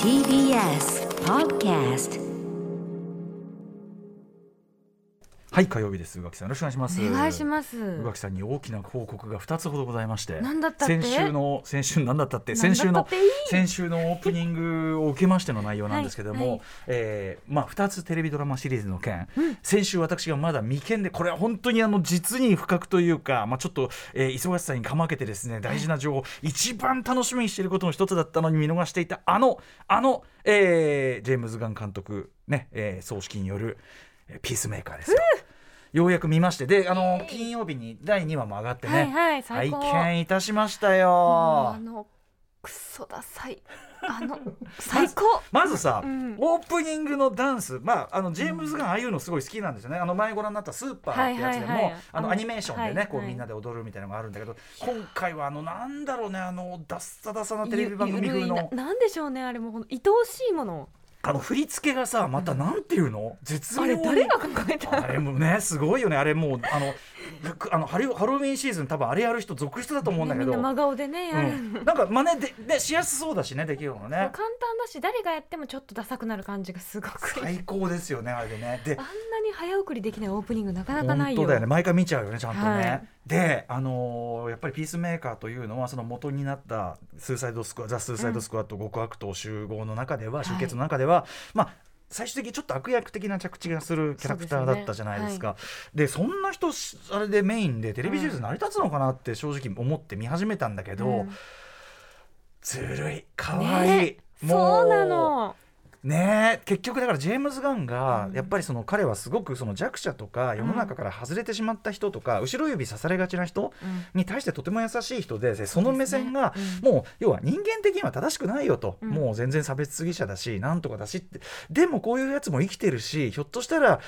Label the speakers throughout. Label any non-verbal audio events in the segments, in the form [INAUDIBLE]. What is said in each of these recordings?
Speaker 1: TBS Podcast
Speaker 2: はい火曜日です宇垣さんよろしくお願いします
Speaker 3: お願いします。
Speaker 2: 宇垣さんに大きな報告が2つほどございまして
Speaker 3: 何だったって
Speaker 2: 先週の先週何だったって
Speaker 3: 何だ
Speaker 2: 先週
Speaker 3: ったっ
Speaker 2: の
Speaker 3: ていい
Speaker 2: 先週のオープニングを受けましての内容なんですけども、
Speaker 3: はいはい
Speaker 2: えーまあ、2つテレビドラマシリーズの件、先週私がまだ未見でこれは本当にあの実に不覚というか、まあ、ちょっと、えー忙しさにかまけてですね大事な情報、一番楽しみにしていることの一つだったのに見逃していたあのあの、えージェームズ・ガン監督、ねえー、葬式によるえーピースメーカーですよ。ようやく見ましてであの金曜日に第2話も上がってね、
Speaker 3: はいはい最高
Speaker 2: 拝見いたしました
Speaker 3: もう
Speaker 2: よ
Speaker 3: あ。のクソダサい。あの最高。
Speaker 2: まずさ、
Speaker 3: うん
Speaker 2: オープニングのダンス、まあ、あのジェームズ・ガン、ああいうのすごい好きなんですよね、あの前ご覧になったスーパーってやつでも、
Speaker 3: はいはいはい
Speaker 2: あの
Speaker 3: あの
Speaker 2: アニメーションでね、
Speaker 3: はい
Speaker 2: こう
Speaker 3: はい
Speaker 2: みんなで踊るみたいなのがあるんだけど、今回はあの、なんだろうね、あの、ダッサダサな [LAUGHS] テレビ番組
Speaker 3: ゆゆる
Speaker 2: 風
Speaker 3: いな
Speaker 2: の、
Speaker 3: なんでしょうねあれもうほんと愛おしいもの。
Speaker 2: あの振り付けがさ、またなんていうの、絶
Speaker 3: あ
Speaker 2: 妙
Speaker 3: れ
Speaker 2: に
Speaker 3: 誰が考えた
Speaker 2: あ
Speaker 3: の？
Speaker 2: れもね、すごいよね、あれもう、あの、くあのハリハロウィンシーズン、多分あれやる人、続出だと思うんだ
Speaker 3: ね
Speaker 2: け
Speaker 3: みん
Speaker 2: ど、
Speaker 3: な真顔でねやる。
Speaker 2: うんなんか真似ででしやすそうだしね、できるの
Speaker 3: 簡
Speaker 2: ね。
Speaker 3: 単だし誰がやってもちょっとダサくなる感じがすごくいい。
Speaker 2: 最高ですよね、あれでね。で
Speaker 3: あんなに早送りできないオープニングなかなかない
Speaker 2: 本
Speaker 3: よ。
Speaker 2: 当だよね毎回見ちゃうよねちゃんとね。
Speaker 3: はい
Speaker 2: で、あのーやっぱりピースメーカーというのはその元になったスーサイドスクワザ・スーサイドスクワット極悪党集合の中では、
Speaker 3: い
Speaker 2: 集結の中ではまあ最終的にちょっと悪役的な着地がするキャラクターだったじゃないですかで,、そんな人しあれでメインでテレビシリーズ成り立つのかなって正直思って見始めたんだけど、
Speaker 3: うん
Speaker 2: ずるい可愛い、
Speaker 3: ねそうなの。
Speaker 2: ねえ結局だからジェームズ・ガンがやっぱりその彼はすごくその弱者とか世の中から外れてしまった人とか後ろ指刺されがちな人
Speaker 3: うん
Speaker 2: に対してとても優しい人ででその目線が
Speaker 3: そうですね
Speaker 2: もう要は人間的には正しくないよと
Speaker 3: うん
Speaker 2: もう全然差別主義者だしなんとかだしってでもこういうやつも生きてるしひょっとしたら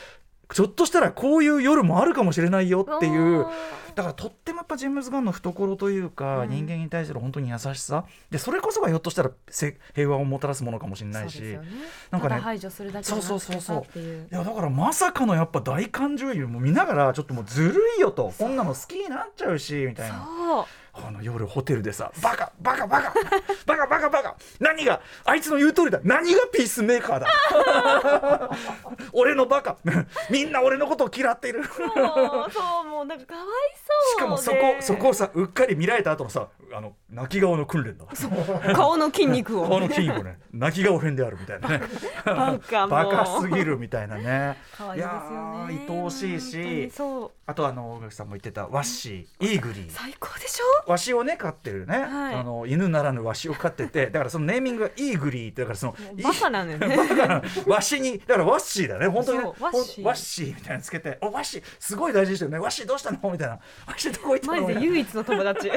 Speaker 2: ちょっとしたらこういう夜もあるかもしれないよっていう
Speaker 3: わ。
Speaker 2: だからとってもやっぱジェームズ・ガンの懐というか、
Speaker 3: うん
Speaker 2: 人間に対する本当に優しさでそれこそがひょっとしたらせ平和をもたらすものかもしれ
Speaker 3: ー。
Speaker 2: ない
Speaker 3: そ
Speaker 2: し
Speaker 3: うですよね。
Speaker 2: なんかね
Speaker 3: ただ排除するだけじゃなくて
Speaker 2: そうそうそうそう
Speaker 3: さっていう
Speaker 2: い。やだからまさかのやっぱ大感情優も見ながらちょっともうずるいよとこんなの好きになっちゃうしみたいな
Speaker 3: そう。
Speaker 2: この夜ホテルでさバカバカバカ [LAUGHS] バカバカバカ何があいつの言う通りだ何がピースメーカーだ
Speaker 3: [LAUGHS]
Speaker 2: 俺のバカみんな俺のことを嫌っているし
Speaker 3: そうそうもうなんかかわいそう
Speaker 2: かもそこ
Speaker 3: で
Speaker 2: そこをさうっかり見られた後のさあの泣き顔の訓練だ
Speaker 3: 顔の筋肉 [LAUGHS] を
Speaker 2: 顔の筋肉ね泣き顔編であるみたいなね
Speaker 3: バカもう
Speaker 2: バカすぎるみたいなね
Speaker 3: 可愛いですよね
Speaker 2: いやー愛おしい
Speaker 3: 本当に
Speaker 2: し
Speaker 3: そう
Speaker 2: あとあの宇垣さんも言ってたワッシーイーグリー
Speaker 3: 最高でしょ
Speaker 2: ワシをね飼ってるね、
Speaker 3: はい
Speaker 2: あの犬ならぬワシを飼っててだからそのネーミングがイーグリーってだからその
Speaker 3: もう
Speaker 2: い
Speaker 3: バカなのよね
Speaker 2: バカなワシにだからワッシーだね本当にね
Speaker 3: そう
Speaker 2: ほ
Speaker 3: ワ
Speaker 2: ん
Speaker 3: ッシー
Speaker 2: ワッシーみたいなのつけておワッシーすごい大事にしてるねワッシーどうしたのみたいなワッシーどこ行ったの
Speaker 3: マジ
Speaker 2: みた [LAUGHS]
Speaker 3: で
Speaker 2: いな
Speaker 3: 唯一の友達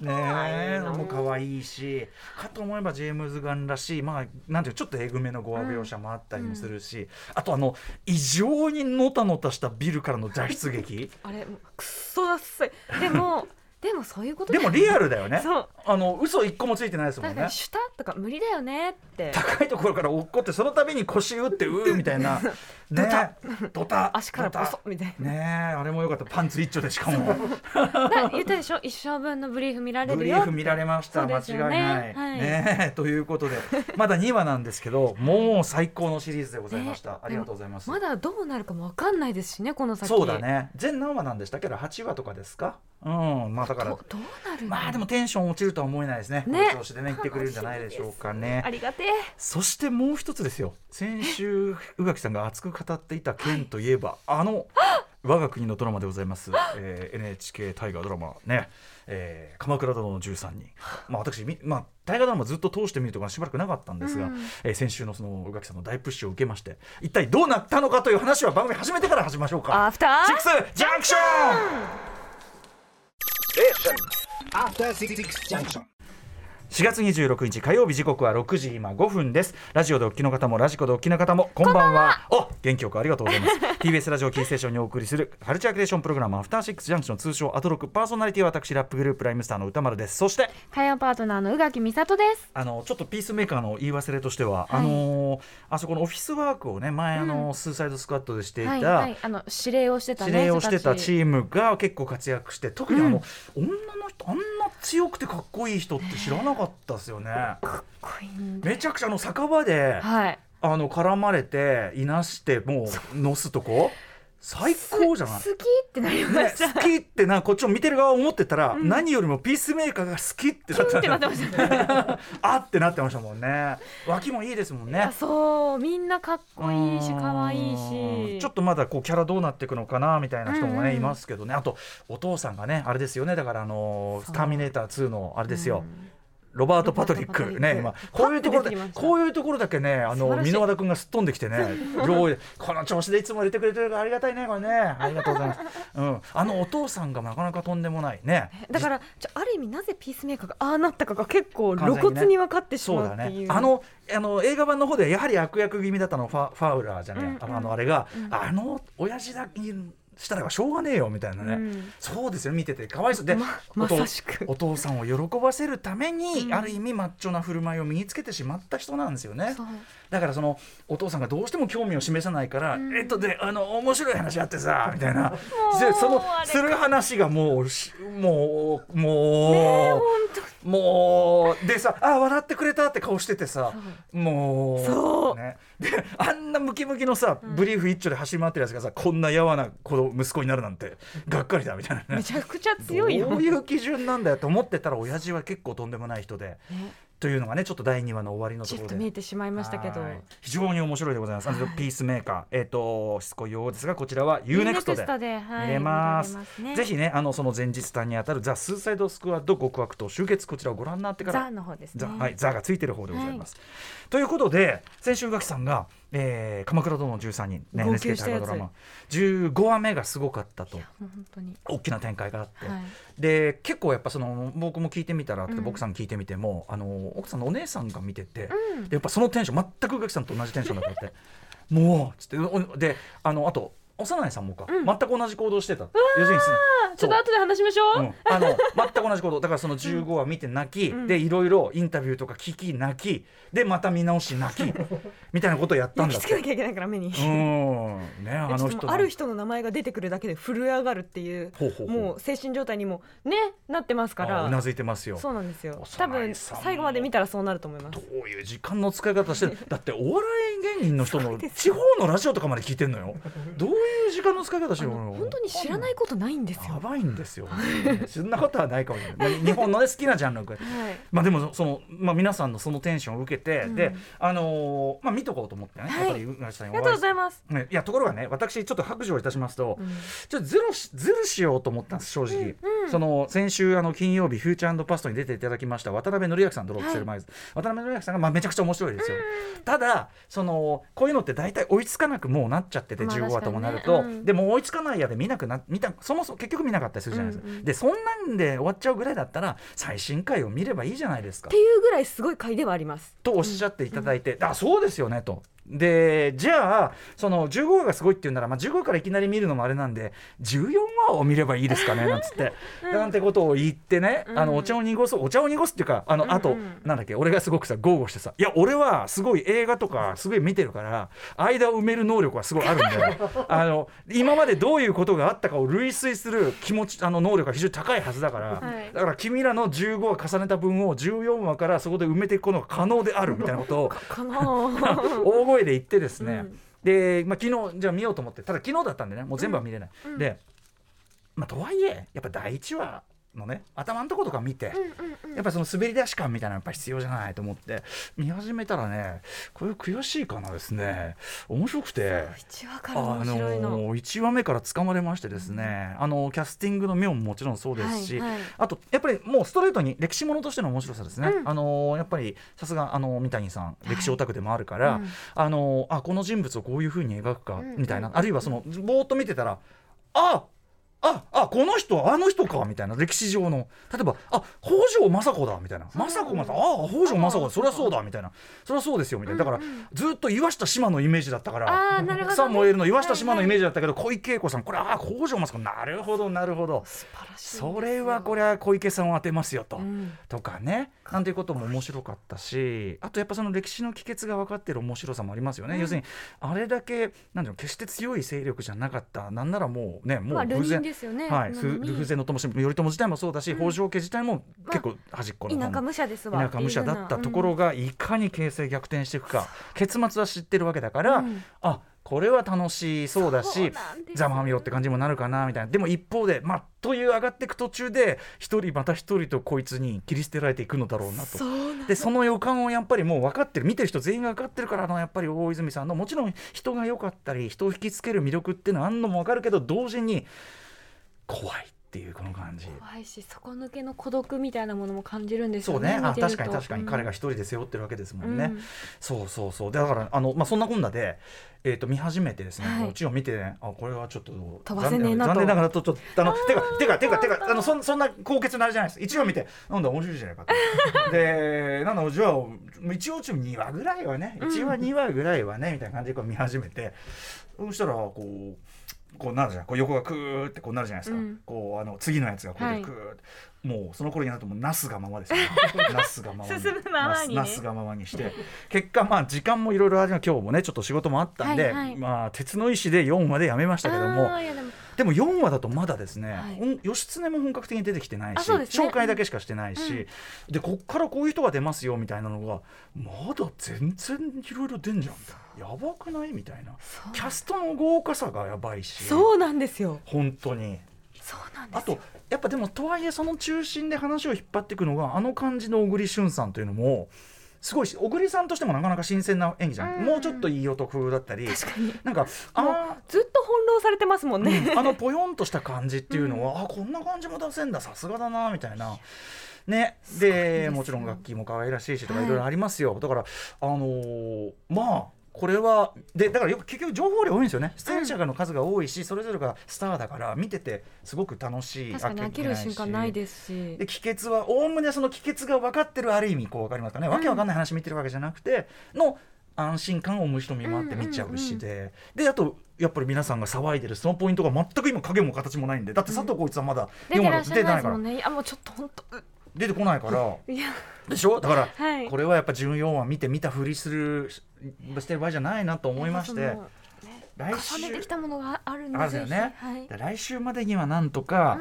Speaker 2: ねえもう可愛いしかと思えばジェームズ・ガンらしいまあなんていうのちょっとえぐめのごわ描写もあったりもするし、あとあの異常にのたのたしたビルからの脱出劇
Speaker 3: [LAUGHS] あれもうくっそだっさいでもでもそういうこと
Speaker 2: でもリアルだよね
Speaker 3: そう
Speaker 2: あの嘘一個もついてないですも
Speaker 3: だ
Speaker 2: ん
Speaker 3: か
Speaker 2: ね
Speaker 3: らシュタとか無理だよねって
Speaker 2: 高いところから落っこってそのために腰打ってうーみた
Speaker 3: [LAUGHS]
Speaker 2: いなドタドタ
Speaker 3: 足からボソッ
Speaker 2: ド
Speaker 3: みたい
Speaker 2: タねえあれもよかったパンツ一丁でしかも
Speaker 3: なだ言ったでしょ一生分のブリーフ見られ
Speaker 2: ブ
Speaker 3: る
Speaker 2: リ
Speaker 3: よ
Speaker 2: ーフ見られまし
Speaker 3: そ
Speaker 2: た、
Speaker 3: う
Speaker 2: 間
Speaker 3: です
Speaker 2: 違い
Speaker 3: よね
Speaker 2: ない、
Speaker 3: はい
Speaker 2: ね [LAUGHS] えということでまだ2話なんですけどもう最高のシリーズでございました、ありがとうございます
Speaker 3: まだどうなるかもわかんないですしねこの先
Speaker 2: そうだね全何話なんでしたっけど8話とかですかうんまあだから
Speaker 3: どどうなるの
Speaker 2: まあでもテンション落ちるとは思えないですね
Speaker 3: ね
Speaker 2: この調子でね言ってくれるんじゃないでしょうかね
Speaker 3: ありがてえ
Speaker 2: そしてもう一つですよ先週宇垣さんが熱く語っていた件といえば、あの我が国のドラマでございます、えー NHK 大河ドラマね、えー鎌倉殿の13人、まあ、私、みまあ、大河ドラマずっと通して見るとかしばらくなかったんですが、
Speaker 3: うん
Speaker 2: えー先週のその宇垣さんの大プッシュを受けまして一体どうなったのかという話は番組始めてから始めましょうか
Speaker 3: アフタ
Speaker 2: シッ
Speaker 3: ー
Speaker 2: クスジャンクション
Speaker 4: After Six Junction.
Speaker 2: 4月26日火曜日時刻は6時今5分ですラジオでお聞きの方もラジコでお聞きの方もこんばんはお元気よくありがとうございます [LAUGHS] TBS ラジオキーステーションにお送りするカルチャークリエーションプログラムアフターシックスジャンクション通称アトロクパーソナリティは私ラップグループライムスターの歌丸ですそして
Speaker 3: 火曜パートナーの宇垣美里です。
Speaker 2: あのちょっとピースメーカーの言い忘れとしては、
Speaker 3: い
Speaker 2: あのーあそこのオフィスワークをね前あのー、スーサイドスクワットでしていた、
Speaker 3: はい、はい、あの指令をしてた、ね。
Speaker 2: 指令をしてたチ
Speaker 3: 人
Speaker 2: ームが結構活躍して特にあの、女の人あんな強くてかっこいい人って知らなかっかったですよね
Speaker 3: かっこいいんで
Speaker 2: めちゃくちゃあの酒場で
Speaker 3: はい
Speaker 2: あの絡まれていなしてもうのすとこ最高じゃない
Speaker 3: す好きってなりま
Speaker 2: ね
Speaker 3: し、た、
Speaker 2: 好きってなこっちを見てる側思ってたら、
Speaker 3: うん
Speaker 2: 何よりもピースメーカーが好きってな
Speaker 3: キ [LAUGHS]
Speaker 2: っ
Speaker 3: ュンってなっててましたね
Speaker 2: あってなってましたもんね脇もいいですもんね
Speaker 3: そうみんなかっこいいし
Speaker 2: うん
Speaker 3: 可愛いし
Speaker 2: ちょっとまだこうキャラどうなっていくのかなみたいな人もね、
Speaker 3: うんうん
Speaker 2: いますけどねあとお父さんがねあれですよねだからあの
Speaker 3: そう
Speaker 2: ターミネーター2」のあれです
Speaker 3: う
Speaker 2: よ、
Speaker 3: ん
Speaker 2: ロバート・パトリック
Speaker 3: ロバートパトリック
Speaker 2: ね、まあ、こういうところ
Speaker 3: パッて出てき
Speaker 2: で
Speaker 3: ました
Speaker 2: こういうところだけねあ
Speaker 3: 素晴
Speaker 2: の
Speaker 3: らしい
Speaker 2: 箕輪田君がすっ飛んでき
Speaker 3: [LAUGHS]
Speaker 2: てね上位でこの調子でいつも入れてくれてるからありがたいねこれねありがとうございます、うん、あのお父さんがなかなかとんでもないね
Speaker 3: だからちょある意味なぜピースメーカーがああなったかが結構
Speaker 2: 完全に
Speaker 3: 露
Speaker 2: ね
Speaker 3: 骨に分かってし
Speaker 2: そう
Speaker 3: まう
Speaker 2: だ
Speaker 3: ってい
Speaker 2: ね
Speaker 3: う
Speaker 2: あのあの映画版の方でやはり悪役気味だったのファファウラーじゃねえ、
Speaker 3: うんうん
Speaker 2: あのあれが、
Speaker 3: うん
Speaker 2: あの親父だけにしたらしょうがねえよみたいなね、
Speaker 3: うん
Speaker 2: そうですよ見ててかわいそうで、
Speaker 3: ま
Speaker 2: お父
Speaker 3: まさしく
Speaker 2: お父さんを喜ばせるために、
Speaker 3: うん
Speaker 2: ある意味マッチョな振る舞いを身につけてしまった人なんですよね
Speaker 3: そう
Speaker 2: だからそのお父さんがどうしても興味を示さないから、
Speaker 3: うん
Speaker 2: えっとであの面白い話あってさみたいな
Speaker 3: う
Speaker 2: でその
Speaker 3: あれ
Speaker 2: する話がもうしもうもう、
Speaker 3: 本当
Speaker 2: もうでさあ笑ってくれたって顔しててさもう
Speaker 3: そう
Speaker 2: ね、であんなムキムキのさブリーフ一丁で走り回ってるやつがさこんなやわな子供息子になるなんてがっかりだみたいなね
Speaker 3: めちゃくちゃ強いよ
Speaker 2: どういう基準なんだよと思ってたら親父は結構とんでもない人で
Speaker 3: ね
Speaker 2: というのがねちょっと第2話の終わりのと
Speaker 3: ち
Speaker 2: こ
Speaker 3: ょっ
Speaker 2: ろ
Speaker 3: と見え
Speaker 2: で。
Speaker 3: てしまいましたけど
Speaker 2: はい非常に面白いでございます。あのピースメーカー、えっ、としつこいようですがこちらは UNEXT で
Speaker 3: ではい
Speaker 2: 見れます
Speaker 3: 見れね
Speaker 2: ぜひねあのその前日短にあたる「ザ・スーサイド・スクワッド極悪党集結」こちらをご覧になってから
Speaker 3: ザの方ですね
Speaker 2: ザ,、はい、ザがついてる方でございます。ということで先週垣さんが、えー「鎌倉殿の13人」ね、
Speaker 3: 号
Speaker 2: NHK
Speaker 3: 泣し
Speaker 2: 大
Speaker 3: たや
Speaker 2: 河
Speaker 3: つ
Speaker 2: ドラマ15話目がすごかったと
Speaker 3: いやもう本当に
Speaker 2: 大きな展開があって、
Speaker 3: はい
Speaker 2: で結構やっぱその僕も聞いてみたらって、
Speaker 3: うん
Speaker 2: 僕さん聞いてみてもあの奥さんのお姉さんが見てて、
Speaker 3: うん
Speaker 2: でやっぱそのテンション全く垣さんと同じテンション
Speaker 3: [LAUGHS]
Speaker 2: だったってもうつっておであのあと幼いさんもか、
Speaker 3: うん
Speaker 2: 全く同じ行動してた要するにその
Speaker 3: あちょっと後で話しましょう、 [LAUGHS]
Speaker 2: うんあの全く同じことだからその15話見て泣き、
Speaker 3: うん
Speaker 2: でいろいろインタビューとか聞き泣きでまた見直し
Speaker 3: [LAUGHS]
Speaker 2: 泣きみたいなことをやったん
Speaker 3: 焼
Speaker 2: だ
Speaker 3: き付
Speaker 2: っ
Speaker 3: け
Speaker 2: て。
Speaker 3: なきゃいけないから目に、
Speaker 2: うーんね、あ
Speaker 3: ちょ
Speaker 2: の
Speaker 3: っとも
Speaker 2: 人
Speaker 3: うある人の名前が出てくるだけで震え上がるっていう
Speaker 2: ほうほうほう
Speaker 3: もう精神状態にもねなってますか
Speaker 2: あう
Speaker 3: ら
Speaker 2: なずいてますよ
Speaker 3: そうなんですよ多
Speaker 2: 幼い
Speaker 3: 分
Speaker 2: さん
Speaker 3: 最後まで見たらそうなると思いま
Speaker 2: ど
Speaker 3: す
Speaker 2: ういう時間の使い
Speaker 3: [LAUGHS]
Speaker 2: 方してるだってお笑い芸人の人
Speaker 3: そ
Speaker 2: の
Speaker 3: うです
Speaker 2: 地方のラジオとかまで聞いてんのよどういう時間の使い方して
Speaker 3: あ
Speaker 2: る
Speaker 3: の
Speaker 2: の
Speaker 3: 本当に知らないことないんです
Speaker 2: や
Speaker 3: よ
Speaker 2: ばいんですよそんなことはないかもしれない日本のね好きなジャンルが
Speaker 3: はい
Speaker 2: [LAUGHS] まあでもその、まあ、皆さんのそのテンションを受けて、
Speaker 3: うん
Speaker 2: であのーまあ見とこうと思ってね、
Speaker 3: はい
Speaker 2: やっぱりうなぎさん
Speaker 3: あ
Speaker 2: に
Speaker 3: りが
Speaker 2: お
Speaker 3: とうご
Speaker 2: 会いし
Speaker 3: ざいます、
Speaker 2: ね、いやところがね私ちょっと白状いたしますと、
Speaker 3: うん
Speaker 2: ちょっとゼロしゼロしようと思ったんです正直、
Speaker 3: うんうん
Speaker 2: その先週あの金曜日フューチャーパストに出ていただきました渡辺則明さんドロップする前です、渡辺則明さんがまあめちゃくちゃ面白いですよ、ただそのこういうのって大体追いつかなくもうなっちゃってて
Speaker 3: まあ
Speaker 2: 15話
Speaker 3: 確か
Speaker 2: と
Speaker 3: に
Speaker 2: も
Speaker 3: ね
Speaker 2: なると、
Speaker 3: うん
Speaker 2: でもう追いつかないやで見なくな見たそもそも結局見なかったりするじゃないですか、
Speaker 3: うんうん
Speaker 2: でそんなんで終わっちゃうぐらいだったら最新回を見ればいいじゃないですか
Speaker 3: っていうぐらいすごい回ではあります
Speaker 2: とおっしゃっていただいて、あそうですよねと。でじゃあその15話がすごいっていうなら、まあ、15話からいきなり見るのもあれなんで14話を見ればいいですかねなんつって、なんてことを言ってね、あのお茶を濁すお茶を濁すっていうかあの、あとなんだっけ俺がすごくさ豪語してさ「いや俺はすごい映画とかすごい見てるから間を埋める能力はすごいあるんで [LAUGHS] あの今までどういうことがあったかを類推する気持ちあの能力が非常に高いはずだから、
Speaker 3: はい
Speaker 2: だから君らの15話重ねた分を14話からそこで埋めていくことが可能であるみたいなことを
Speaker 3: かなぁ
Speaker 2: [LAUGHS] 大声で言ってですね、
Speaker 3: うん
Speaker 2: で、まあ、昨日じゃあ見ようと思ってただ昨日だったんでねもう全部は見れない、
Speaker 3: うんうん
Speaker 2: で、まあ、とはいえやっぱ第1話のね頭のとことか見て、やっぱその滑り出し感みたいなのやっぱ必要じゃないと思って見始めたらねこれ悔しいかなですね面白くて。
Speaker 3: 一話から面白いの、
Speaker 2: あの1話目からつかまれましてですね、あのキャスティングの妙ももちろんそうですし、
Speaker 3: はいはい
Speaker 2: あとやっぱりもうストレートに歴史ものとしての面白さですね、あのやっぱりさすがあの三谷さん歴史オタクでもあるから、
Speaker 3: うん
Speaker 2: あのあこの人物をこういうふうに描くか
Speaker 3: ん
Speaker 2: みたいな、あるいはそのぼーっと見てたらあああこの人あの人かみたいな歴史上の例えばあ北条政子だみたいな政子がさああ北条政子だそりゃそうだみたいなそりゃそうですよみたいなだからずっと岩下志麻のイメージだったから
Speaker 3: あーなるほどね
Speaker 2: 草燃えるの岩下志麻のイメージだったけど、小池栄子さんこれああ北条政子なるほどなるほど
Speaker 3: 素晴らしいですよ
Speaker 2: それはこれは小池さんを当てますよと、
Speaker 3: うん
Speaker 2: とかねなんていうことも面白かったしあとやっぱその歴史の帰結が分かってる面白さもありますよね、要するにあれだけなんていうの決して強い勢力じゃなかったなんならもうねも
Speaker 3: まあ
Speaker 2: う
Speaker 3: 流
Speaker 2: 偶然、
Speaker 3: 人
Speaker 5: ですよね
Speaker 2: はい、
Speaker 5: な
Speaker 2: ふ
Speaker 5: のに
Speaker 2: ルフゼのともし頼朝自体もそうだし、北条家自体も
Speaker 5: まあ
Speaker 2: 結構端っこの方
Speaker 5: 田舎
Speaker 2: の
Speaker 5: 武者ですわ
Speaker 2: 田舎武者だったところがいかに形勢逆転していくか、結末は知ってるわけだか
Speaker 5: が
Speaker 2: ら、あこれは楽しそうだ
Speaker 5: そう
Speaker 2: し
Speaker 5: なんです
Speaker 2: ざまあみろって感じにもなるかなみたいなでも一方でまあという上がっていく途中で一人また一人とこいつに切り捨てられていくのだろうなと
Speaker 5: そうなん
Speaker 2: でその予感をやっぱりもう分かってる見てる人全員が分かってるからあのやっぱり大泉さんのもちろん人が良かったり人を引きつける魅力っていうのはあんのも分かるけど同時に怖いっていうこの感じ。
Speaker 5: 怖いし底抜けの孤独みたいなものも感じるんです
Speaker 2: そ
Speaker 5: よ
Speaker 2: うね
Speaker 5: ね
Speaker 2: あ
Speaker 5: 見て
Speaker 2: 確
Speaker 5: ると
Speaker 2: かに確かに彼が
Speaker 5: うん
Speaker 2: 一人で背負ってるわけですもんね、
Speaker 5: うん
Speaker 2: そうそうそうでだからあの、まあ、そんなこんなで、えー、と見始めてですね、
Speaker 5: はいう
Speaker 2: ちを見てねあこれはちょっと
Speaker 5: 飛ばせねえな
Speaker 2: 残念
Speaker 5: と
Speaker 2: 残念ながらとちょっとあのてかてかてかてかあのそんそんな高潔なあれじゃないです一応見てなんだ面白いじゃないか
Speaker 5: [LAUGHS]
Speaker 2: とでなんだうちは一応中2話ぐらいはね一話2話ぐらいはね、みたいな感じでこう見始めてそしたらこうこうなるじゃんこう横がクーってこうなるじゃないですか、
Speaker 5: うん
Speaker 2: こうあの次のやつがこう
Speaker 5: は
Speaker 2: で
Speaker 5: い
Speaker 2: クーって、もうその頃になるともうなすがままです
Speaker 5: [LAUGHS]
Speaker 2: よ、なすがままに
Speaker 5: 進むままにね
Speaker 2: なすなすがままにして結果まあ時間もいろいろあるの今日もねちょっと仕事もあったんで、
Speaker 5: はいはい
Speaker 2: まあ鉄の意志で4話でやめましたけども
Speaker 5: あーいやでも
Speaker 2: でも4話だとまだですね、
Speaker 5: はい
Speaker 2: ほん義経も本格的に出てきてない
Speaker 5: あ
Speaker 2: し、
Speaker 5: そうですね
Speaker 2: 紹介だけしかしてないし、でこっからこういう人が出ますよみたいなのがまだ全然いろいろ出んじゃんみたいなやばくないみたいな
Speaker 5: そう
Speaker 2: キャストの豪華さがやばいし
Speaker 5: そうなんですよ
Speaker 2: 本当に。
Speaker 5: そうなんで
Speaker 2: あ
Speaker 5: すよ
Speaker 2: とやっぱでもとはいえその中心で話を引っ張っていくのがあの感じの小栗旬さんというのもすごいし小栗さんとしてもなかなか新鮮な演技じゃん、
Speaker 5: うん
Speaker 2: もうちょっといい音風だったり
Speaker 5: 確かに
Speaker 2: なんか
Speaker 5: もう
Speaker 2: あー
Speaker 5: ずっと翻弄されてますもんね、
Speaker 2: うんあのぽよんとした感じっていうのは、あこんな感じも出せんださすがだなみたいな。ね、でもちろん楽器も可愛らしいしとか
Speaker 5: はい
Speaker 2: いろいろありますよ、だからあのーまあこれはでだからよく結局情報量多いんですよね出演者の数が多いし、それぞれがスターだから見ててすごく楽しい
Speaker 5: 確かに
Speaker 2: あ
Speaker 5: 飽きる瞬間ないですし
Speaker 2: で帰結はおおむねその帰結が分かってるある意味こう分かりますかね、わけわかんない話見てるわけじゃなくての安心感をむしろ見回って見ちゃうしで、であとやっぱり皆さんが騒いでるそのポイントが全く今影も形もないんでだって佐藤浩市さんまだ
Speaker 5: 出
Speaker 2: 4
Speaker 5: て
Speaker 2: 話
Speaker 5: ら
Speaker 2: だ
Speaker 5: っ
Speaker 2: と
Speaker 5: しゃ
Speaker 2: 出
Speaker 5: ら
Speaker 2: てない
Speaker 5: ないです
Speaker 2: か
Speaker 5: も
Speaker 2: ら
Speaker 5: んねいやもうちょっと本当
Speaker 2: 出てこない
Speaker 5: [LAUGHS]
Speaker 2: から
Speaker 5: いや
Speaker 2: でしょだから、
Speaker 5: はい
Speaker 2: これはやっぱ14話見て見たふりするしてる場合じゃないなと思いまし
Speaker 5: そ
Speaker 2: て
Speaker 5: のね
Speaker 2: 来週
Speaker 5: 重ねてきたものがあるん
Speaker 2: あ
Speaker 5: で
Speaker 2: る
Speaker 5: す
Speaker 2: よね
Speaker 5: はい、うん、
Speaker 2: 来週までにはなんとか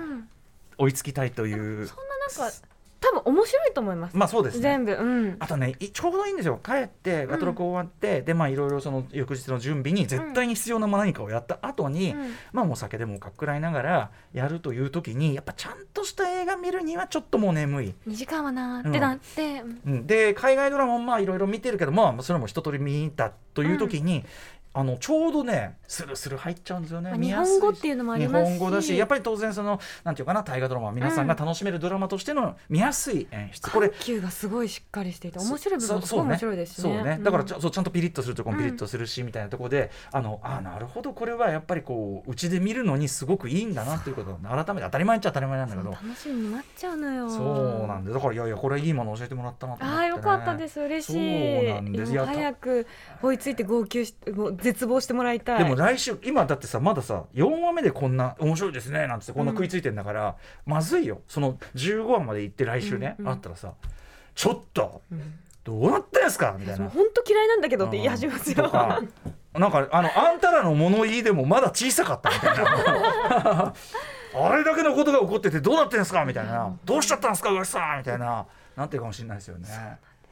Speaker 2: 追いつきたいという、
Speaker 5: そんななんか多分面白いと思います、
Speaker 2: まあそうですね
Speaker 5: 全部うん
Speaker 2: あとねいちょうどいいんですよ帰ってアトロク終わって、でまあいろいろその翌日の準備に絶対に必要な何かをやった後に、
Speaker 5: うん
Speaker 2: まあもう酒でもかっくらいながらやるという時にやっぱちゃんとした映画見るにはちょっともう眠い、
Speaker 5: 2時間はなーってなって、うん
Speaker 2: うん、で海外ドラマもまあいろいろ見てるけどまあそれも一通り見たという時に、あのちょうどねスルスル入っちゃうんですよね
Speaker 5: まあ
Speaker 2: 見
Speaker 5: 日
Speaker 2: やすいし
Speaker 5: 本語っていうのもあり
Speaker 2: 日
Speaker 5: ますし
Speaker 2: 本語だしやっぱり当然そのなんていうかな大河ドラマは皆さんが楽しめるドラマとしての見やすい演出これ
Speaker 5: 緩急がすごいしっかりしていて面白い部分もすごい面白いですし
Speaker 2: そう
Speaker 5: ね
Speaker 2: ねだからち,、
Speaker 5: うん
Speaker 2: そうちゃんとピリッとするとこもピリッとするし、みたいなところであのあなるほどこれはやっぱりこううちで見るのにすごくいいんだなということを改めて当たり前っちゃ当たり前なんだけ
Speaker 5: そ
Speaker 2: ど
Speaker 5: う楽しみになっちゃうのよ
Speaker 2: そうなんでだからいやいやこれいいもの教えてもらったなと思って、
Speaker 5: あ
Speaker 2: ね、
Speaker 5: ーよかったですす嬉しい
Speaker 2: そうなんです
Speaker 5: もう
Speaker 2: いや
Speaker 5: 早く追いついて号泣しもう絶望してもらいたい
Speaker 2: でも来週今だってさまださ4話目でこんな面白いですねなんつってこんな食いついてんだから、まずいよその15話まで行って来週ね、
Speaker 5: うんうん
Speaker 2: あったらさちょっとどうなってんすかみたいな
Speaker 5: 本当嫌いなんだけどって言い始めます
Speaker 2: と
Speaker 5: よ
Speaker 2: かなんかあのあんたらの物言いでもまだ小さかったみたい
Speaker 5: [LAUGHS]
Speaker 2: なあれだけのことが起こっててどうなってんすかみたいなどうしちゃったんすか上地さんみたいななんていうかもしれないですよね。
Speaker 5: ここ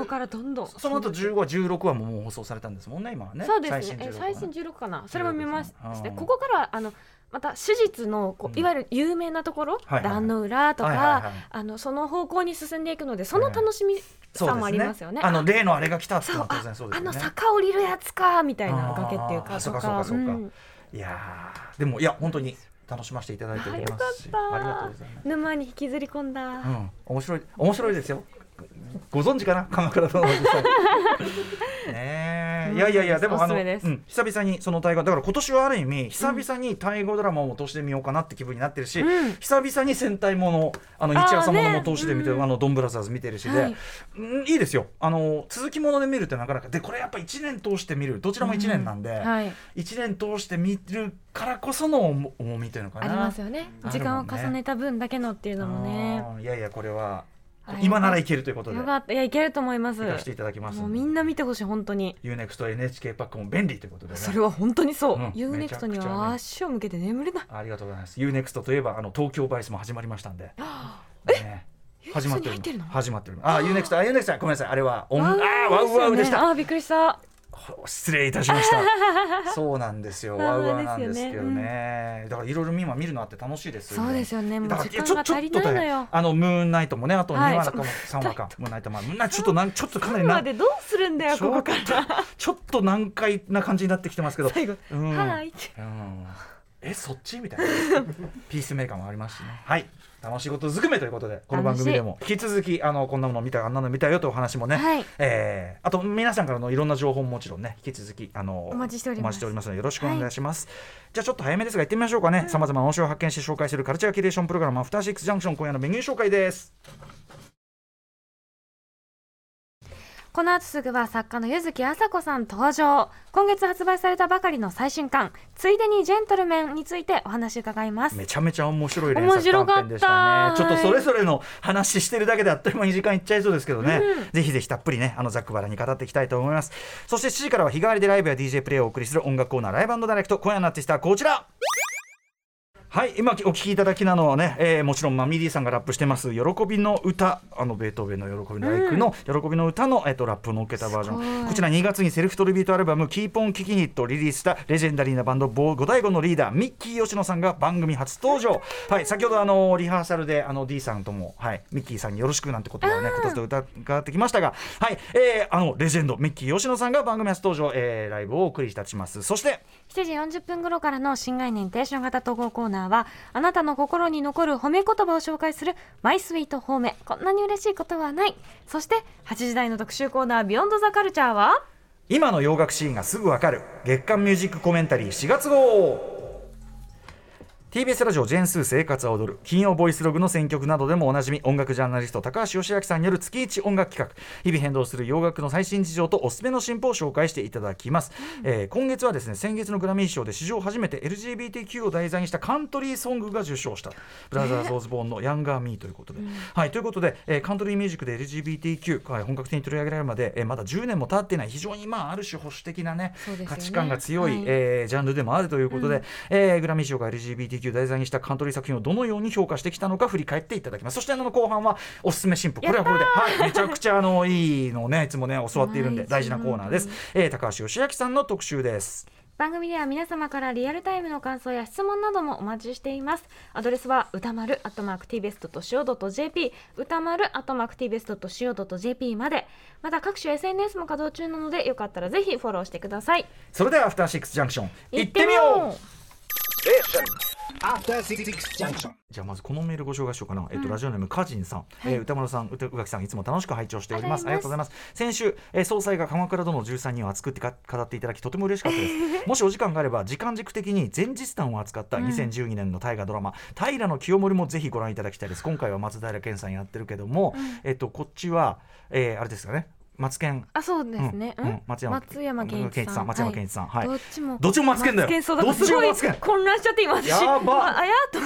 Speaker 2: 10
Speaker 5: からどんどん
Speaker 2: その後15話16話ももう放送されたんですもんね今はね
Speaker 5: そうですねえ
Speaker 2: 16話
Speaker 5: 最新16かなそれも見まし
Speaker 2: 16です
Speaker 5: た
Speaker 2: ねうん
Speaker 5: ここからはあのまた手術のこ
Speaker 2: う
Speaker 5: うんいわゆる有名なところ、
Speaker 2: はいはい
Speaker 5: 壇の裏とか、
Speaker 2: はいはいはい
Speaker 5: あのその方向に進んでいくのでその楽しみ
Speaker 2: そう
Speaker 5: さもあり
Speaker 2: で
Speaker 5: ますよね。
Speaker 2: あの例のあれが来たっていうの
Speaker 5: そう
Speaker 2: は当
Speaker 5: あ
Speaker 2: 然そうですよ
Speaker 5: あ
Speaker 2: ね
Speaker 5: の坂降りるやつかみたいな崖っていう
Speaker 2: あ
Speaker 5: か
Speaker 2: ーそ
Speaker 5: と
Speaker 2: うかそう
Speaker 5: か
Speaker 2: かそうか
Speaker 5: うん
Speaker 2: いやーでもいや本当に楽しませていただいておりますし
Speaker 5: あーよかった
Speaker 2: ありがとうございます
Speaker 5: 沼に引きずり込んだ、
Speaker 2: うん、面白い面白いですよ。ご存知かな鎌倉殿の実際。
Speaker 5: [LAUGHS]
Speaker 2: ねえいやいやいやでもあの、
Speaker 5: おすす
Speaker 2: う
Speaker 5: めです
Speaker 2: ん、久々にその大河だから今年はある意味久々に大河ドラマも通してみようかなって気分になってるし、
Speaker 5: うん
Speaker 2: 久々に戦隊ものあの
Speaker 5: あー
Speaker 2: 日朝ものも
Speaker 5: ね
Speaker 2: 通して見てる、
Speaker 5: うん
Speaker 2: あのドンブラザーズ見てるしで、
Speaker 5: はいい、
Speaker 2: うんいいですよあの続きもので見るってなかなかでこれやっぱ1年通して見るどちらも1年なんで、
Speaker 5: はい、
Speaker 2: 一1年通して見るからこその重重みというのか
Speaker 5: あ
Speaker 2: な。
Speaker 5: りますよね
Speaker 2: あるもんね
Speaker 5: 時間を重ねた分だけのっていうのもね
Speaker 2: うんいやいやこれは今ならいけるということで
Speaker 5: よかったいやいけると思います
Speaker 2: 行かせていただきます
Speaker 5: もうみんな見てほしい本当に
Speaker 2: UNEXTNHK パックも便利ということでね
Speaker 5: それは本当にそう、
Speaker 2: うん
Speaker 5: ユーネクトに
Speaker 2: めちゃくちゃ
Speaker 5: は
Speaker 2: ね
Speaker 5: 足を向けて眠れない
Speaker 2: ありがとうございます UNEXT といえばあの東京バイスも始まりましたんでね始まっておりま
Speaker 5: 入って
Speaker 2: す
Speaker 5: るの
Speaker 2: 始まっておりますあ UNEXT あ UNEXT ごめんなさいあれはオンあーワ
Speaker 5: あ
Speaker 2: ウ
Speaker 5: ー
Speaker 2: ワウでし
Speaker 5: そうね
Speaker 2: た
Speaker 5: あーびっくりした
Speaker 2: 失礼いたしました
Speaker 5: [LAUGHS]
Speaker 2: そうなんですよ
Speaker 5: ワ
Speaker 2: ワ
Speaker 5: ウ
Speaker 2: ウ
Speaker 5: ワ
Speaker 2: ワ
Speaker 5: ウ
Speaker 2: ウ
Speaker 5: で
Speaker 2: な
Speaker 5: す
Speaker 2: ん
Speaker 5: よね
Speaker 2: ですけどねだからいろいろ今見るのあって楽しいですよね
Speaker 5: そうですよねもう
Speaker 2: だから
Speaker 5: 時間
Speaker 2: いやちょ
Speaker 5: が足りない
Speaker 2: ちょっと
Speaker 5: の
Speaker 2: ね
Speaker 5: よ
Speaker 2: あのムーンナイトもねあと2
Speaker 5: はい
Speaker 2: 話かも3話かムーンナイトもあるムーンナイトちょっとなんちょっとかなり
Speaker 5: 今
Speaker 2: な
Speaker 5: までどうするんだよ
Speaker 2: ちょ
Speaker 5: ここ
Speaker 2: っと
Speaker 5: から
Speaker 2: ちょっと難解な感じになってきてますけど
Speaker 5: 最後
Speaker 2: うん
Speaker 5: はいって
Speaker 2: うんえそっちみたいな [LAUGHS] ピースメーカーもありますしねはい楽しいことずくめということでこの番組でも引き続きあのこんなもの見たあんなの見たよというお話もね、
Speaker 5: はい
Speaker 2: えーあと皆さんからのいろんな情報ももちろんね引き続きあの
Speaker 5: お待ちしております
Speaker 2: お待ちしておりますのでよろしくお願いします、じゃあちょっと早めですが行ってみましょうかねさまざまな面白を発見して紹介するカルチャーキュレーションプログラム「アフターシックスジャンクション」今夜のメニュー紹介です
Speaker 5: この後すぐは作家の柚木麻子さん登場今月発売されたばかりの最新刊「ついでにジェントルメン」についてお話伺います
Speaker 2: めちゃめちゃ面白い連作短編でしたね
Speaker 5: 面白かった
Speaker 2: ちょっとそれぞれの話してるだけであっという間に時間いっちゃいそうですけどね、ぜひぜひたっぷりねあのざっくばらんに語っていきたいと思いますそして7時からは日替わりでライブや DJ プレイをお送りする音楽コーナーライブダイレクト今夜のアーティストはこちらはい今お聞きいただきなのはね、えーもちろんマミリーさんがラップしてます「喜びの歌」あのベートーベンの「喜びの俳句」の「喜びの歌の」えっとラップを乗っけたバージョンこちら2月にセルフトリビュートアルバム「キーポンキキニット」をリリースしたレジェンダリーなバンドボー五大悟のリーダーミッキー吉野さんが番組初登場はい先ほどあのリハーサルであの D さんとも、はい、ミッキーさんによろしくなんてことをね形で歌伺ってきましたがはい、えーあのレジェンドミッキー吉野さんが番組初登場、えーライブをお送りいたしますそして
Speaker 5: 7時40分頃からの新概念提唱型統合コーナーはあなたの心に残る褒め言葉を紹介する「マイスイート褒めこんなに嬉しいことはない」そして8時台の特集コーナー「ビヨンドザカルチャーは
Speaker 2: 今の洋楽シーンがすぐわかる月刊ミュージックコメンタリー4月号 TBS ラジオジェーンスー生活は踊る金曜ボイスログの選曲などでもおなじみ音楽ジャーナリスト高橋義明さんによる月一音楽企画日々変動する洋楽の最新事情とおすすめの進歩を紹介していただきます、えー今月はですね先月のグラミー賞で史上初めて LGBTQ を題材にしたカントリーソングが受賞したブラザーズ・オズボーンの「ヤンガー・ミー」ということで、はいということで、えーカントリーミュージックで LGBTQ はい本格的に取り上げられるまで、えーまだ10年も経ってない非常にまあある種保守的なね
Speaker 5: そうですよね
Speaker 2: 価値観が強い、
Speaker 5: はい
Speaker 2: えージャンルでもあるということで、えーグラミー賞が LGBTQ を題材にしたカントリー作品をどのように評価してきたのか振り返っていただきますそしてあの後半はおすすめ新婦これはこれで、はい、めちゃくちゃあのいいのをねいつもね教わっているんで大事なコーナーです、えー高橋義明さんの特集です
Speaker 5: 番組では皆様からリアルタイムの感想や質問などもお待ちしていますアドレスは歌丸 @tbest.co.jp 歌丸 @tbest.co.jp までまた各種 SNS も稼働中なのでよかったらぜひフォローしてください
Speaker 2: それではアフターシックスジャンクション行ってみ
Speaker 5: 行ってみ
Speaker 2: よ
Speaker 5: よ
Speaker 2: う
Speaker 5: う
Speaker 4: After Six Junction.
Speaker 2: じゃあまずこのメールご紹介しようかな、えっと、ラジオネームカジンさん、えー歌丸さん、歌宇垣さん、いつも楽しく拝聴しております。ありがとうございます。先週、えー総裁が鎌倉殿の13人を熱くってか語っていただき、とても嬉しかった [LAUGHS] です。もしお時間があれば、時間軸的に前日談を扱った2012年の大河ドラマ、平の清盛もぜひご覧いただきたいです。今回は松平健さんやってるけども、えっと、こっちは、えーあれですかね、松健。
Speaker 5: あそうですね、
Speaker 2: うんうん松山
Speaker 5: 松山健一さん
Speaker 2: 松山健一さんはい
Speaker 5: どっちも
Speaker 2: どっちも松健だよ
Speaker 5: 松健そうだから
Speaker 2: どっちも松健
Speaker 5: すごい混乱しちゃって今私
Speaker 2: やば
Speaker 5: ああやっと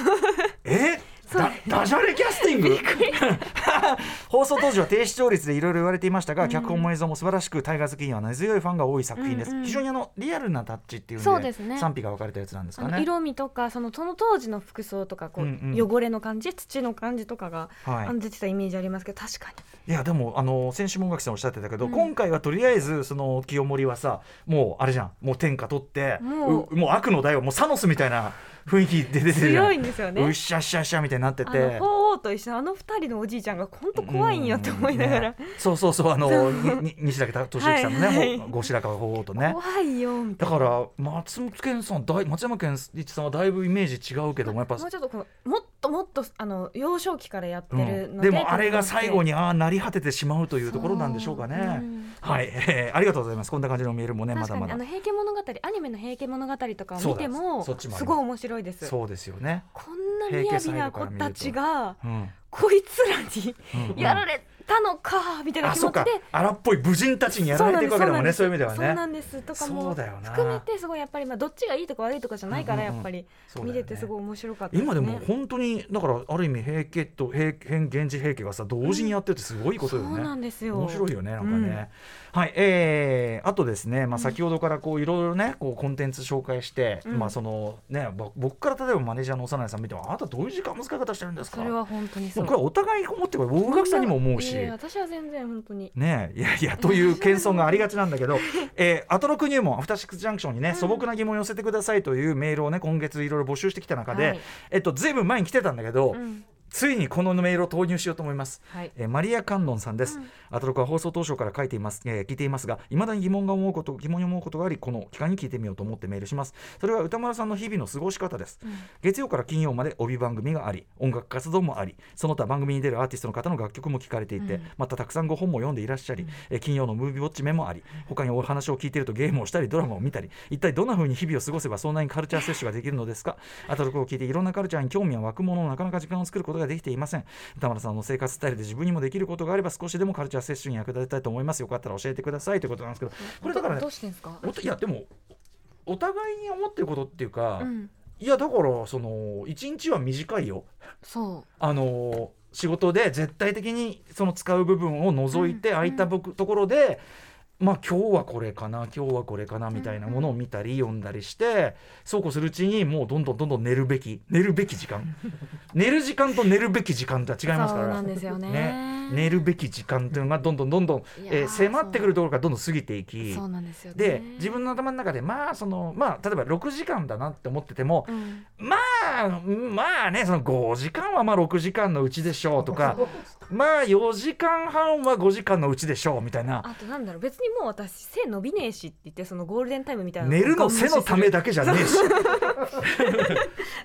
Speaker 2: え
Speaker 5: そう
Speaker 2: だダジャレキャスティング [LAUGHS] 放送当時は低視聴率でいろいろ言われていましたが、脚本も映像も素晴らしくタイガー好きには根強いファンが多い作品です、
Speaker 5: うんうん
Speaker 2: 非常にあのリアルなタッチっていう
Speaker 5: そ
Speaker 2: の
Speaker 5: う
Speaker 2: で
Speaker 5: ですね
Speaker 2: 賛否が分かれたやつなんですか
Speaker 5: あの
Speaker 2: ね
Speaker 5: 色味とかそのその当時の服装とかこう、
Speaker 2: うんうん
Speaker 5: 汚れの感じ土の感じとかが、
Speaker 2: はい
Speaker 5: あの出てたイメージありますけど確かに
Speaker 2: いやでもあの先週も音楽さんおっしゃってたけど、
Speaker 5: うん
Speaker 2: 今回はとりあえずその清盛はさもうあれじゃんもう天下取って
Speaker 5: もう
Speaker 2: うもう悪の大王もうサノスみたいな雰囲気で出てるじゃん
Speaker 5: 強いんですよね
Speaker 2: うっしゃっしゃっしゃみたいになって
Speaker 5: あの
Speaker 2: て
Speaker 5: 鳳凰と一緒のあの二人のおじいちゃんが本当怖いんやって思いながら、
Speaker 2: うんねそうそうそうあのにに西田敏行さんのね、
Speaker 5: はいはい
Speaker 2: もうご白河法皇とね
Speaker 5: 怖いよみた
Speaker 2: だ
Speaker 5: い
Speaker 2: か
Speaker 5: な
Speaker 2: ら松本健さんだい松山健一さんはだいぶイメージ違うけどもやっぱ
Speaker 5: もうちょっとこうもっともっとあの幼少期からやってる
Speaker 2: うん
Speaker 5: ので、
Speaker 2: でもあれが最後
Speaker 5: に
Speaker 2: にああなり果ててしまうというところなんでしょうかね
Speaker 5: そううん
Speaker 2: はい、 [LAUGHS] えーありがとうございますこんな感じのメールもねま
Speaker 5: 確
Speaker 2: だ
Speaker 5: かに
Speaker 2: まだ
Speaker 5: あの平家物語アニメの平家物語とかを見て
Speaker 2: そうだ
Speaker 5: も
Speaker 2: そっちもあります
Speaker 5: すごい面白いです
Speaker 2: そうですよね
Speaker 5: こんな雅な子たちが
Speaker 2: うん
Speaker 5: こいつら
Speaker 2: うん
Speaker 5: にやられたのかみたいな
Speaker 2: あ
Speaker 5: 気
Speaker 2: そ
Speaker 5: 持
Speaker 2: っ
Speaker 5: ち
Speaker 2: か
Speaker 5: で
Speaker 2: 荒っぽい武人たちにやられていくわけだもんねそういう意味では
Speaker 5: そう
Speaker 2: ね
Speaker 5: なんですとか
Speaker 2: そ
Speaker 5: も
Speaker 2: うだよな
Speaker 5: 含めてすごいやっぱりまあどっちがいいとか悪いとかじゃない
Speaker 2: う
Speaker 5: から
Speaker 2: んう
Speaker 5: や
Speaker 2: んうん
Speaker 5: っぱり
Speaker 2: そうだ
Speaker 5: 見
Speaker 2: よね
Speaker 5: ててすごい面白かったすね
Speaker 2: 今でも本当にだからある意味平家と平変源氏平家がさ同時にやってるってすごいことよね、
Speaker 5: そうなんですよ
Speaker 2: 面白いよねなんかね、はいえー、あとですね、まあ、先ほどからこういろいろねこうコンテンツ紹介して、
Speaker 5: うん
Speaker 2: まあそのねぼ僕から例えばマネージャーの幼いさん見てもあなたどういう時間の使い方してるんですか
Speaker 5: それは本当にそう
Speaker 2: これはお互い思ってこれ大垣さんにも思うし
Speaker 5: いやいや私は全然本当に
Speaker 2: ねえいやいやという謙遜がありがちなんだけ
Speaker 5: [LAUGHS]
Speaker 2: ど、えー、後の国もアフターシックスジャンクションにね、素朴な疑問を寄せてくださいというメールをね今月いろいろ募集してきた中で、
Speaker 5: はい
Speaker 2: えっとずいぶん前に来てたんだけど、
Speaker 5: うん
Speaker 2: ついにこのメールを投入しようと思います。
Speaker 5: はい
Speaker 2: えーマリア・カンノンさんです。アトロクは放送当初から書いています、えー聞いていますが、いまだに疑問が思うこと、疑問に思うことがあり、この機会に聞いてみようと思ってメールします。それは歌丸さんの日々の過ごし方です。月曜から金曜まで帯番組があり、音楽活動もあり、その他番組に出るアーティストの方の楽曲も聞かれていて、またたくさんご本も読んでいらっしゃり、えー金曜のムービーウォッチメもあり、他にお話を聞いているとゲームをしたり、ドラマを見たり、一体どんな風に日々を過ごせばそんなにカルチャー接種ができるのですか。アトロクを聞いていろんなカルチャーに興味を湧くもののなかなか時間を作ることができていません。田村さんの生活スタイルで自分にもできることがあれば少しでもカルチャー接種に役立てたいと思います。よかったら教えてくださいということなんですけど、これだから
Speaker 5: ど
Speaker 2: ね
Speaker 5: う、してんですか
Speaker 2: おといやでもお互いに思ってることっていうか、
Speaker 5: うん
Speaker 2: いやだからその一日は短いよ。
Speaker 5: そ
Speaker 2: あの仕事で絶対的にその使う部分を除いて空いたぶところで、まあ今日はこれかな今日はこれかなみたいなものを見たり読んだりしてそうこうするうちにもうどんどんどんどん寝るべき寝るべき時
Speaker 5: [LAUGHS]
Speaker 2: 間寝る時間と寝るべき時間とは違いうますか
Speaker 5: そう
Speaker 2: ら
Speaker 5: なんですよね
Speaker 2: ね寝るべき時間というのがどんどんどんどん、
Speaker 5: いやー
Speaker 2: えー迫ってくるところからどんどん過ぎていき
Speaker 5: そうなんですよね
Speaker 2: で自分の頭の中でまあそのまあ例えば6時間だなって思ってても、
Speaker 5: うん
Speaker 2: まあまあねその5時間はまあ6時間のうちでしょうとかまあ4時間半は5時間のうちでしょうみたいな
Speaker 5: あとなんだろう別にもう私背伸びねえしって言ってそのゴールデンタイムみたいな
Speaker 2: 寝るの背のため
Speaker 5: だ
Speaker 2: だけじゃねえ
Speaker 5: [LAUGHS]
Speaker 2: し。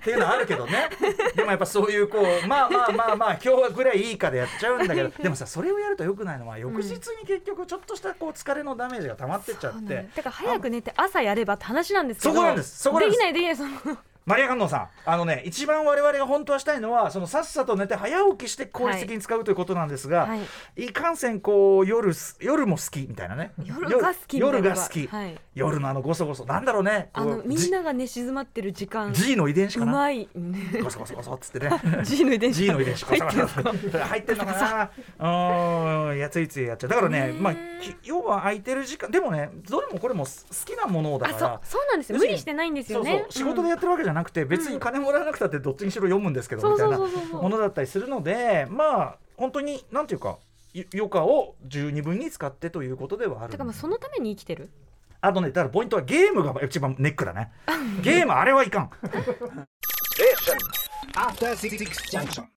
Speaker 2: っていうのはあるけどねでもやっぱそういうこうまあまあまあまあ今日はぐらいいいかでやっちゃうん
Speaker 5: [LAUGHS]
Speaker 2: だけどでもさそれをやるとよくないのは翌日に結局ちょっとしたこう疲れのダメージが溜まってっちゃって、
Speaker 5: だから早く寝て朝やればって話なんですけど
Speaker 2: そこなんです [LAUGHS] そこなんです
Speaker 5: できないできないその
Speaker 2: マリア観音さん、あのね、一番我々が本当はしたいのは、そのさっさと寝て早起きして効率的に使うということなんですが、
Speaker 5: はい
Speaker 2: い、かんせんこう夜す夜も好きみたいなね。
Speaker 5: 夜が好きみたいな
Speaker 2: 夜が好き。
Speaker 5: はい
Speaker 2: 夜のあのごそごそなんだろうね。
Speaker 5: あのみん
Speaker 2: じ
Speaker 5: なが寝静まってる時間
Speaker 2: G の遺伝子
Speaker 5: う
Speaker 2: かな。[LAUGHS]
Speaker 5: まいね
Speaker 2: ごそごそごそっつって
Speaker 5: [LAUGHS]
Speaker 2: ね。
Speaker 5: G の
Speaker 2: [LAUGHS]
Speaker 5: 遺伝子
Speaker 2: G の遺伝子
Speaker 5: 入ってる
Speaker 2: 入ってんのかなうんいやついついやっちゃうだからねまあき要は空いてる時間でもねどれもこれも好きなものだ
Speaker 5: あ
Speaker 2: か
Speaker 5: そう
Speaker 2: ら
Speaker 5: そうなんですよ無理してないんですよね
Speaker 2: そうそう仕事で
Speaker 5: うん
Speaker 2: やってるわけじゃなくて、別に金もらわなくたってどっちにしろ読むんですけど、
Speaker 5: そう
Speaker 2: みたいな
Speaker 5: そうそうそうそう
Speaker 2: ものだったりするのでまあ本当になんていうかゆ余暇を十二分に使ってということではある
Speaker 5: てかまあそのために生きてる
Speaker 2: あとねだからポイントはゲームが一番ネックだ
Speaker 5: [LAUGHS]
Speaker 2: ねゲームあれはいかん
Speaker 4: After Six Junction.